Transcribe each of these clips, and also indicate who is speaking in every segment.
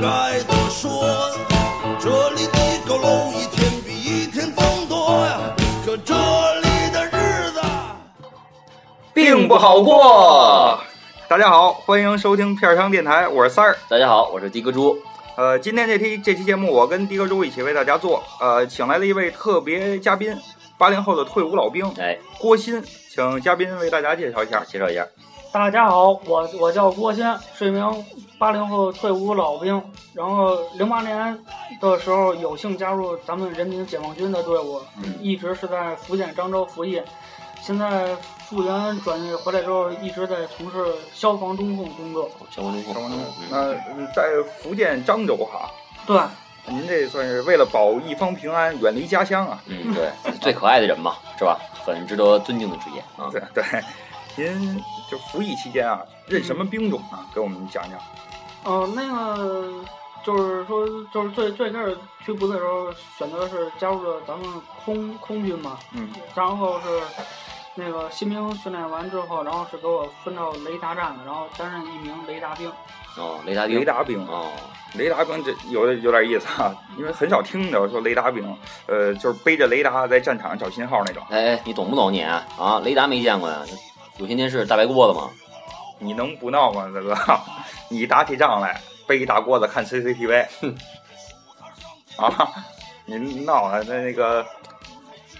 Speaker 1: 该都说，这里的狗笼一天比一天增多呀，可这里的日子。
Speaker 2: 并不好过。大家好，欢迎收听片儿商电台，我是三儿。
Speaker 3: 大家好，我是迪哥猪。
Speaker 2: 呃，今天这期这期节目，我跟迪哥猪一起为大家做，呃，请来了一位特别嘉宾，八零后的退伍老兵
Speaker 3: 哎，
Speaker 2: 郭鑫，请嘉宾为大家介绍一下。
Speaker 3: 介绍一下，
Speaker 4: 大家好，我我叫郭鑫，是一名八零后退伍老兵。然后零八年的时候有幸加入咱们人民解放军的队伍，
Speaker 3: 嗯，
Speaker 4: 一直是在福建漳州服役。现在复员转业回来之后，一直在从事消防中控工作。
Speaker 3: 小王中
Speaker 2: 小王中
Speaker 3: 嗯
Speaker 2: 那、呃在福建漳州哈，
Speaker 4: 对，
Speaker 2: 您这算是为了保一方平安，远离家乡啊？
Speaker 3: 嗯，对，最可爱的人嘛，是吧？很值得尊敬的职业啊。
Speaker 2: 对对，您就服役期间啊，任什么兵种啊？给我们讲讲。
Speaker 4: 嗯、那个就是说，就是最最开始去部队的时候，选择是加入了咱们空空军嘛，
Speaker 2: 嗯
Speaker 4: 然后是那个新兵训练完之后，然后是给我分到雷达站了，然后担任一名雷达兵。
Speaker 3: 哦，雷达兵，
Speaker 2: 雷达兵啊。
Speaker 3: 哦，
Speaker 2: 雷达兵这有的有点意思啊，因为很少听着说雷达兵，呃，就是背着雷达在战场上找信号那种。
Speaker 3: 哎，哎你懂不懂你啊？啊雷达没见过呀？有线电视大白锅子嘛，
Speaker 2: 你能不闹吗，大哥？ 你打起仗来背一大锅子看 CCTV，啊，您闹啊？那那个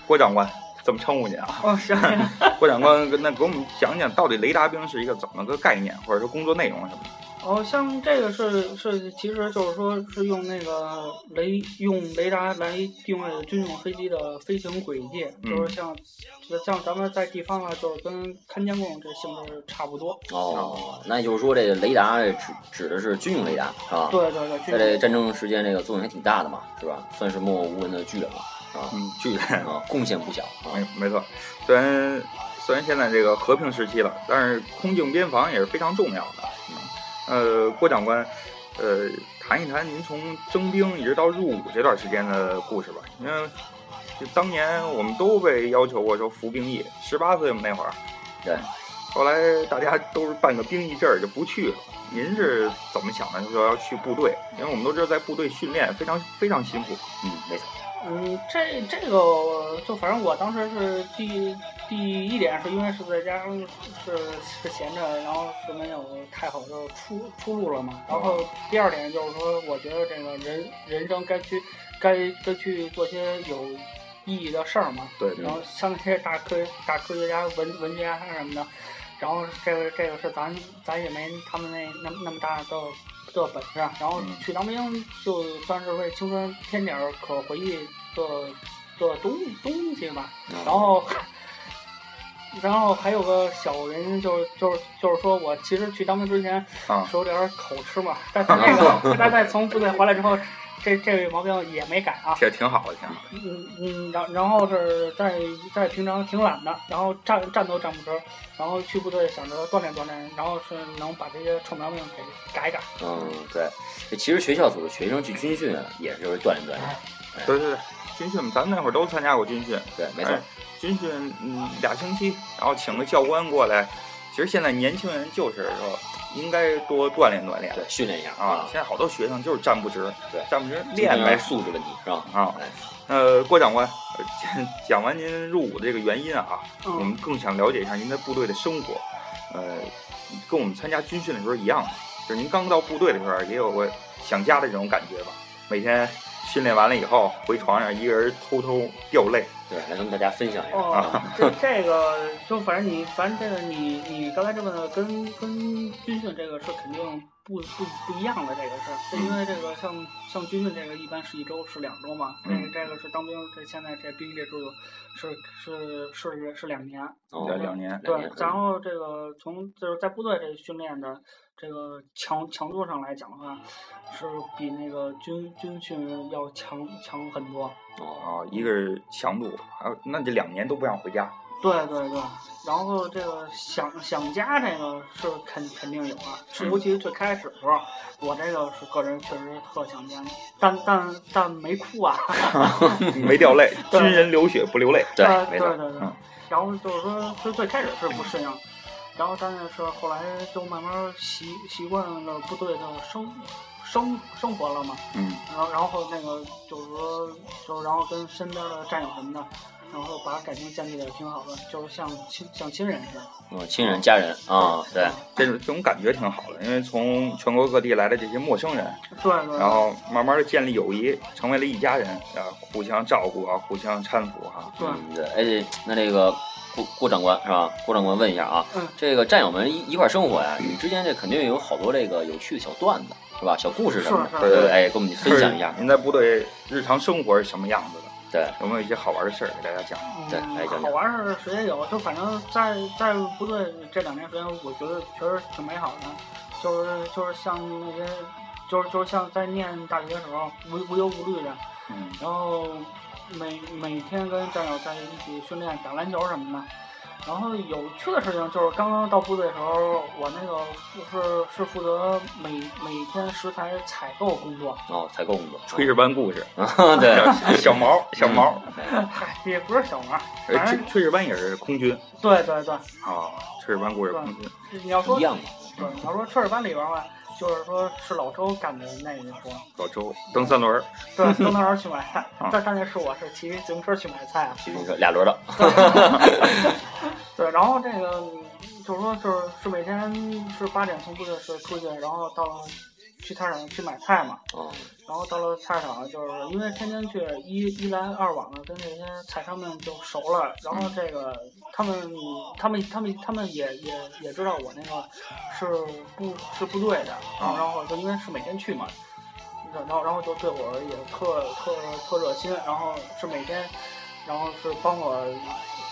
Speaker 2: 郭长官怎么称呼您啊？
Speaker 4: 哦，是 啊，
Speaker 2: 郭长官，那给我们讲讲到底雷达兵是一个怎么个概念，或者说工作内容什么的？
Speaker 4: 哦，像这个是是，其实就是说是用那个雷用雷达来定位军用飞机的飞行轨迹，
Speaker 2: 嗯
Speaker 4: 就是像就像咱们在地方啊，就是跟看监控这性质差不多。
Speaker 3: 哦，那也就是说这个雷达这指指的是军用雷达，是吧？，
Speaker 4: 对对对，
Speaker 3: 在这
Speaker 4: 军
Speaker 3: 战争时间这个作用还挺大的嘛，是吧？算是默默无闻的巨人了啊
Speaker 2: 嗯，巨人
Speaker 3: 啊，贡献不小啊。
Speaker 2: 没没错，虽然虽然现在这个和平时期了，但是空境边防也是非常重要的。嗯，呃，郭长官，呃，谈一谈您从征兵一直到入伍这段时间的故事吧。因为就当年我们都被要求过说服兵役，十八岁我们那会儿，
Speaker 3: 对，
Speaker 2: 后来大家都是办个兵役证儿就不去了。您是怎么想的？说要去部队？因为我们都知道在部队训练非常非常辛苦。
Speaker 3: 嗯，没错。
Speaker 4: 嗯，这这个我就反正我当时是第第一点是因为是在家是是闲着，然后是没有太好的出出路了嘛。然后第二点就是说，我觉得这个人人生该去该该去做些有意义的事儿嘛。
Speaker 2: 对
Speaker 4: 然后像这些大科大科学家、文文学家什么的，然后这个这个是咱咱也没他们那那那么大的的本事，然后
Speaker 2: 嗯
Speaker 4: 去当兵就算是为青春添点儿可回忆的的东东西吧。
Speaker 3: 然
Speaker 2: 嗯
Speaker 4: 然后，然后还有个小原因就是就是就是说我其实去当兵之前
Speaker 2: 啊
Speaker 4: 是有点儿口吃嘛，但是 那个但但从部队回来之后，这这个毛病也没改啊。
Speaker 2: 挺挺好的，挺好的。
Speaker 4: 嗯嗯，然然后是在在平常挺懒的，然后站站都站不直，然后去部队想着锻炼锻炼，然后是能把这些臭毛病给改改。
Speaker 3: 嗯，对，这其实学校组织学生去军训啊，也是就是锻炼锻
Speaker 4: 哎
Speaker 3: 炼。
Speaker 2: 对对对，军训，咱们那会儿都参加过军训，
Speaker 3: 对，没错
Speaker 2: 哎。军训嗯俩星期，然后请个教官过来。其实现在年轻人就是说，应该多锻炼锻炼
Speaker 3: 对，训练一下
Speaker 2: 啊。现在好多学生就是站不直，
Speaker 3: 对
Speaker 2: 站不直
Speaker 3: 这
Speaker 2: 练
Speaker 3: 就是
Speaker 2: 呗。
Speaker 3: 素质问题是吧？
Speaker 2: 啊
Speaker 3: 哎，
Speaker 2: 呃，郭长官， 呃讲讲完您入伍的这个原因啊，我
Speaker 4: 嗯
Speaker 2: 们更想了解一下您在部队的生活。呃，跟我们参加军训的时候一样，就是您刚到部队的时候也有过想家的这种感觉吧？每天训练完了以后，回床上一个人偷偷掉泪。
Speaker 3: 对，来跟大家分享一下。啊
Speaker 4: 哦， 这这个就反正你反正这个你你刚才这么跟跟军训这个是肯定不不不一样的这个是，是因为这个像像军训这个一般是一周是两周嘛，这
Speaker 2: 嗯
Speaker 4: 这个是当兵这现在这兵役制度是是是是两年，
Speaker 3: 哦
Speaker 2: 两两年
Speaker 3: 两
Speaker 4: 对
Speaker 3: 年，
Speaker 4: 然后这个从就是在部队这训练的这个强强度上来讲的话，是比那个军军训要强强很多。
Speaker 3: 哦，
Speaker 2: 啊，一个是强度，还有那这两年都不让回 家。
Speaker 4: 对对对，然后这个想想家这个是肯肯定有啊，是尤其最开始的时候，我这个是个人确实特想家，但但但没哭啊。
Speaker 2: 没掉泪，
Speaker 4: 对
Speaker 2: 军人流血不流泪。
Speaker 3: 对
Speaker 4: 呃，
Speaker 3: 没
Speaker 4: 对
Speaker 3: 错
Speaker 4: 对，对
Speaker 2: 嗯。
Speaker 4: 然后就是说，就最开始是不适应，然后但是是后来就慢慢习习惯了部队的生生生活了嘛，
Speaker 2: 嗯
Speaker 4: 然后然后那个就是说，就然后跟身边的战友什么的，然后把感情建立的挺好的，就是像亲像亲人似的。
Speaker 3: 嗯，亲人、家人啊，对，
Speaker 2: 这种这种感觉挺好的，因为从全国各地来的这些陌生人，
Speaker 4: 对对。
Speaker 2: 然后慢慢的建立友谊，成为了一家人啊，互相照顾啊，互相搀扶啊哈、
Speaker 4: 对，
Speaker 3: 嗯对，哎，那这个郭郭长官是吧？郭长官问一下啊，
Speaker 4: 嗯
Speaker 3: 这个战友们一一块儿生活呀，你们之间这肯定有好多这个有趣的小段子是吧？小故事什么
Speaker 4: 是
Speaker 3: 的，
Speaker 4: 是
Speaker 3: 对对对，哎，跟我们分享一下
Speaker 2: 就是，您在部队日常生活是什么样子的？
Speaker 3: 对，
Speaker 2: 有没有一些好玩的事儿给大家讲？
Speaker 3: 对
Speaker 4: 嗯
Speaker 3: 来讲讲
Speaker 4: 好玩儿的事也有，就反正在在部队这两年时间，我觉得确实挺美好的，就是就是像那些，就是就是像在念大学的时候无无忧无虑的，
Speaker 2: 嗯
Speaker 4: 然后每每天跟战友在一起训练打篮球什么的。然后有趣的事情就是刚刚到部队的时候，我那个就是是负责每每天食材采购工作，
Speaker 3: 哦，采购工作，
Speaker 2: 炊事班故事，
Speaker 3: 啊，对，嗯
Speaker 2: 小小毛，小毛，
Speaker 3: 哎
Speaker 4: 嗨，也不是小玩儿，
Speaker 2: 呃
Speaker 4: 反
Speaker 2: 炊
Speaker 4: 正
Speaker 2: 炊事班也是空军
Speaker 4: 对对对，
Speaker 2: 啊，炊事班故事空军，
Speaker 4: 你要说
Speaker 3: 一样的，
Speaker 4: 对，你要说炊事班里边儿吧，就是说是老周干的那一活，
Speaker 2: 老周蹬三轮儿，
Speaker 4: 对，跟那儿去买 菜
Speaker 2: 啊，
Speaker 4: 但当年是我是骑自行车去买菜啊，
Speaker 3: 骑自行车俩轮儿的，
Speaker 4: 对，然后这个就是说就是是每天是八点从部队是出去，然后到了去菜市场去买菜嘛，
Speaker 3: 哦，
Speaker 4: 然后到了菜市场就是因为天天去一一来二往的跟这些菜商们就熟了，然后这个他们他们他们他们也也也知道我那个是部是部队的，
Speaker 2: 啊
Speaker 4: 然后就因为是每天去嘛，然后然后就对我也特特特热心，然后是每天，然后是帮我。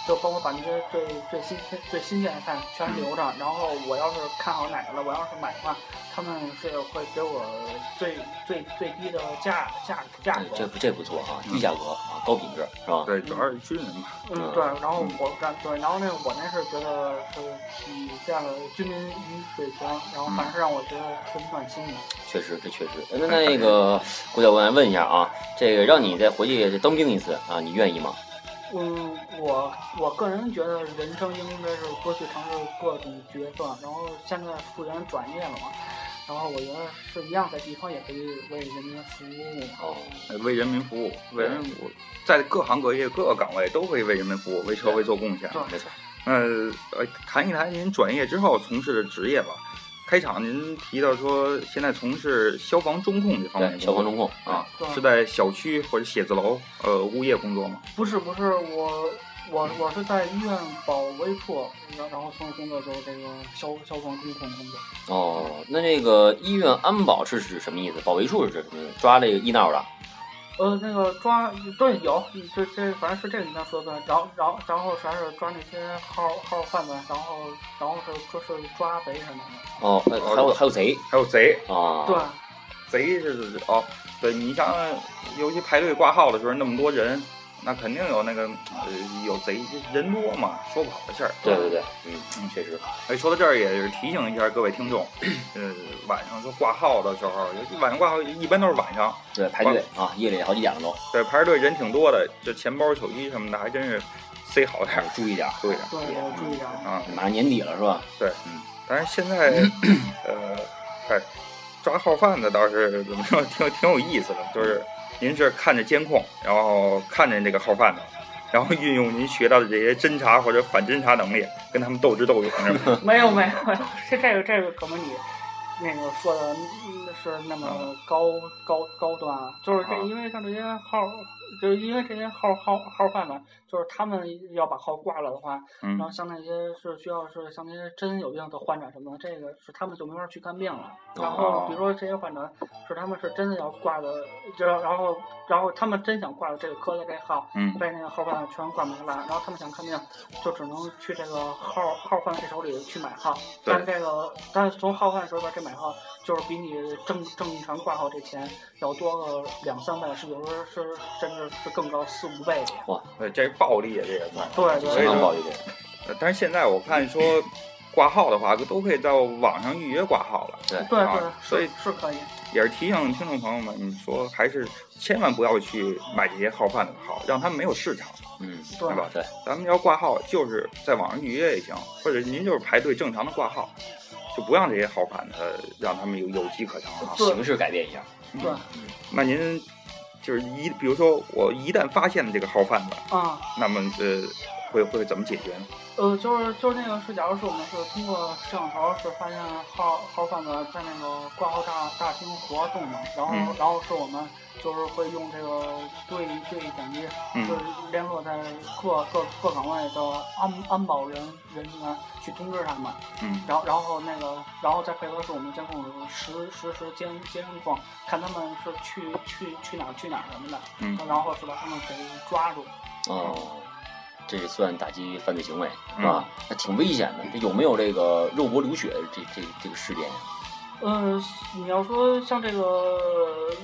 Speaker 4: 就帮我把那些最最新鲜、最新鲜的菜全留着，然后我要是看好哪个了，我要是买的话，他们是会给我最最最低的价价价
Speaker 3: 哎
Speaker 4: 格，
Speaker 3: 这这不错啊，低价格啊，高品质是吧？
Speaker 2: 对，主要是军人嘛，
Speaker 4: 嗯对，然后我干对，然后那个我那是觉得是体现了军民鱼水情，然后反正是让我觉得挺暖心的。
Speaker 3: 确实，这确实。那那个郭教官问一下啊，这个让你再回去当兵一次啊，你愿意吗？
Speaker 4: 嗯，我我个人觉得人生应该是多去尝试各种角色，然后现在复员转业了嘛，然后我觉得是一样在地方也可以为人民服务。
Speaker 3: 哦，
Speaker 2: 呃为人民服务，为人民服务，在各行各业各个岗位都会为人民服务，为社会做贡献。
Speaker 4: 对，
Speaker 3: 没错，
Speaker 2: 那呃，谈一谈您转业之后从事的职业吧。开场您提到说，现在从事消防中控这方面
Speaker 3: 对，消
Speaker 2: 工作，
Speaker 3: 防中控啊
Speaker 2: 啊，，
Speaker 4: 对
Speaker 2: 是在小区或者写字楼呃物业工作吗？
Speaker 4: 不是不是，我我我是在医院保卫处，然然后从事工作就是这个消消防中控工作。
Speaker 3: 哦，那那个医院安保是指什么意思？保卫处是指什么意思？抓这个医闹的？
Speaker 4: 呃，那个抓对有，这这反正是这个你刚说的，然后然后然后主要是抓那些号号贩子，然后然后是说是抓贼什么的。
Speaker 3: 哦，那还有还有贼
Speaker 2: 还有贼，
Speaker 3: 啊？
Speaker 4: 对，
Speaker 2: 贼是哦，对你像尤其排队挂号的时候那么多人，那肯定有那个呃有贼，人多嘛，说不好的事儿。
Speaker 3: 对对对，嗯
Speaker 2: 嗯
Speaker 3: 嗯，确实，
Speaker 2: 哎，说到这儿也是提醒一下各位听众，呃，晚上说挂号的时候，尤其晚上挂号一般都是晚上，
Speaker 3: 对排队啊，夜里好几点了都，
Speaker 2: 对排着队人挺多的，这钱包、手机什么的还真是塞好点儿
Speaker 3: 哎，注意点儿，嗯
Speaker 2: 注意点
Speaker 4: 对，我注意点儿。
Speaker 2: 儿啊。
Speaker 3: 马上年底了是吧？
Speaker 2: 但是现在，呃，嗨，抓号贩子倒是怎么说，挺挺有意思的。就是您是看着监控，然后看着这个号贩子，然后运用您学到的这些侦查或者反侦查能力，跟他们斗智斗勇，是 吗？
Speaker 4: 没有没有，这这个这个可能你那个说的嗯是那么高、高高端，啊，就是这、
Speaker 2: 啊
Speaker 4: 因为像这些号，就是因为这些号号号贩子，就是他们要把号挂了的话，
Speaker 2: 嗯
Speaker 4: 然后像那些是需要是像那些真有病的患者什么的，这个是他们就没法去看病了。然后比如说这些患者是他们是真的要挂的，就然后然后他们真想挂的这个科的这号，
Speaker 2: 嗯
Speaker 4: 被那个号贩子全挂没了，然后他们想看病，就只能去这个号号贩子手里去买号。
Speaker 2: 对
Speaker 4: 但是这个，但是从号贩手里边这买号，就是比你正正常挂号这钱要多个两三倍，是有时候是甚至是更高四五倍的。
Speaker 2: 对，这是暴力啊，这也算。
Speaker 4: 对
Speaker 3: 相
Speaker 2: 以
Speaker 4: 对
Speaker 3: 当
Speaker 2: 说
Speaker 3: 暴力这个，
Speaker 2: 呃但是现在我看说，挂号的话都可以在网上预约挂号了，
Speaker 4: 对
Speaker 2: 啊
Speaker 4: 对，
Speaker 2: 所以
Speaker 4: 是是可以。
Speaker 2: 也是提醒听众朋友们，你说还是千万不要去买这些号贩子的号，让他们没有市场。
Speaker 3: 嗯，
Speaker 4: 对
Speaker 2: 是吧？
Speaker 3: 对，
Speaker 2: 咱们要挂号就是在网上预约也行，或者您就是排队正常的挂号，就就不让这些好反的让他们有有机可乘啊。嗯
Speaker 4: 对
Speaker 3: 形式改变一下。
Speaker 4: 对
Speaker 2: 那您就是一，比如说我一旦发现这个好贩子，
Speaker 4: 啊、
Speaker 2: 那么呃，会会怎么解决呢？
Speaker 4: 呃，就是就是那个是，假如是我们是通过摄像头是发现号号贩子在那个挂号大大厅活动嘛，然后、
Speaker 2: 嗯
Speaker 4: 然后是我们就是会用这个对对讲机，就
Speaker 2: 嗯
Speaker 4: 是联络在各各各岗位的安安保人人员去通知他们，
Speaker 2: 嗯
Speaker 4: 然后然后那个然后再配合是我们监控实实时监监控，看他们是去去去哪儿去哪儿什么的，
Speaker 2: 嗯
Speaker 4: 然后是把他们给抓住。
Speaker 3: 哦，这是算打击犯罪行为是
Speaker 2: 嗯
Speaker 3: 吧？那挺危险的。这有没有这个肉搏流血的这这这个事件呀？
Speaker 4: 嗯，你要说像这个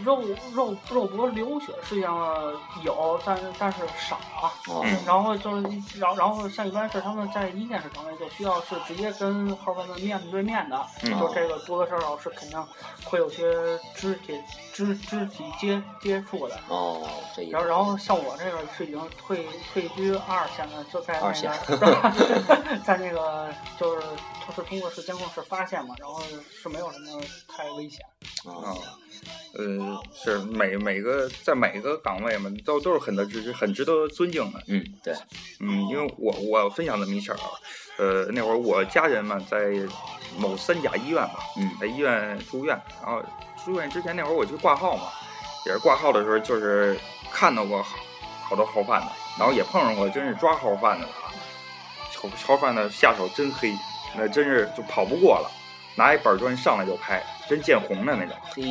Speaker 4: 肉肉肉搏流血事件啊，有，但是但是少啊。
Speaker 3: 哦，
Speaker 2: 嗯
Speaker 4: 然后就是，然后然后像一般是他们在一线式岗位就需要是直接跟号贩子面对面的，
Speaker 2: 嗯
Speaker 4: 就这个多多少少是肯定会有些肢体肢肢体接接触的。
Speaker 3: 哦，这一
Speaker 4: 然后，然后像我这个是已经退退居二线了，就在
Speaker 3: 二
Speaker 4: 那
Speaker 3: 线
Speaker 4: 个，在那个就是就是通过是监控室发现嘛，然后是没有什么太危险。
Speaker 2: 啊
Speaker 3: 哦，
Speaker 2: 呃，是每每个在每个岗位嘛，都都是很得值很值得尊敬的。
Speaker 3: 嗯，对，
Speaker 2: 嗯，因为我我分享这么一事儿啊，呃，那会儿我家人嘛在某三甲医院吧，
Speaker 3: 嗯
Speaker 2: 在医院住院，然后住院之前那会儿我去挂号嘛，也是挂号的时候就是看到过好好多号贩子，然后也碰上过真是抓号贩子的啊，好号贩子下手真黑，那真是就跑不过了，拿一板砖上来就拍，真见红的那种。
Speaker 3: 嘿，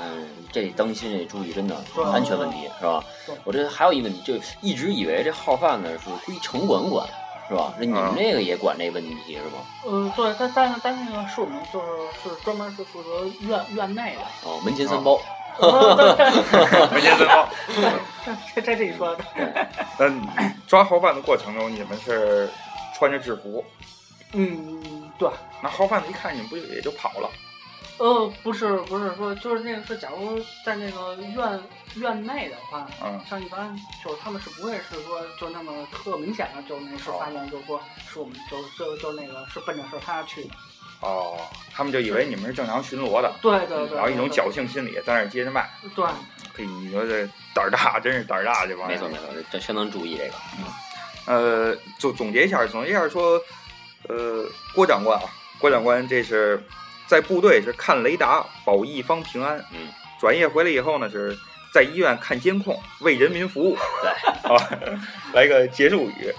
Speaker 3: 嗯，这当心得注意，真的
Speaker 4: 对
Speaker 3: 安全问题是吧
Speaker 4: 对？
Speaker 3: 我这还有一问题，就一直以为这号贩子是归城管管是吧？那你们
Speaker 2: 嗯
Speaker 3: 这个也管这问题是吗？
Speaker 4: 嗯，对，但但是但那个是我们就是是专门是负责院院内的。
Speaker 3: 哦，门前三包，
Speaker 2: 没见最后，
Speaker 4: 这这这一说的，
Speaker 2: 嗯 那抓号贩子过程中，你们是穿着制服，
Speaker 4: 嗯，对，
Speaker 2: 那号贩子一看你们不就也就跑了？
Speaker 4: 呃，不是不是说就是那个是，假如在那个院院内的话，
Speaker 2: 嗯
Speaker 4: 像一般就是他们是不会是说就那么特明显的就那是发现就说是我们就就就那个是奔着是他去的，
Speaker 2: 哦，他们就以为你们是正常巡逻的，
Speaker 4: 对对对，
Speaker 2: 嗯然后一种
Speaker 4: 对
Speaker 2: 侥幸心理在那儿接着卖。
Speaker 4: 对，
Speaker 2: 嘿，你说这胆儿大，真是胆儿大，这帮
Speaker 3: 没
Speaker 2: 人。
Speaker 3: 错没错，这这相当注意这个。
Speaker 2: 呃，就总结一下，总结一下说，呃，郭长官啊，郭长官这是在部队是看雷达保一方平安，
Speaker 3: 嗯，
Speaker 2: 转业回来以后呢是在医院看监控为人民服务， 对，啊，来个结束语，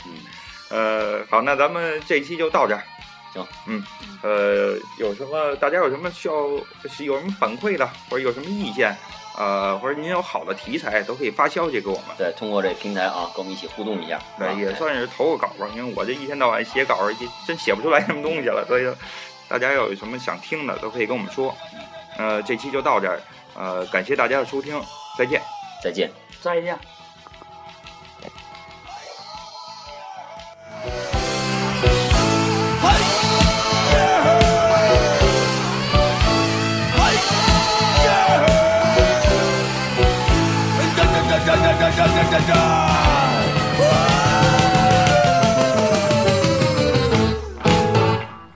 Speaker 3: 嗯，
Speaker 2: 呃，好，那咱们这一期就到这儿。
Speaker 3: 行，
Speaker 2: 嗯，呃，有什么大家有什么需要是有什么反馈的，或者有什么意见，呃，或者您有好的题材，都可以发消息给我们。
Speaker 3: 对，通过这平台啊，跟我们一起互动一下，是吧
Speaker 2: 对，也算是投个稿吧，因为我这一天到晚写稿，也真写不出来什么东西了，所以大家要有什么想听的，都可以跟我们说。
Speaker 3: 嗯
Speaker 2: 呃，这期就到这儿，呃，感谢大家的收听，再见。
Speaker 3: 再见。
Speaker 4: 再见。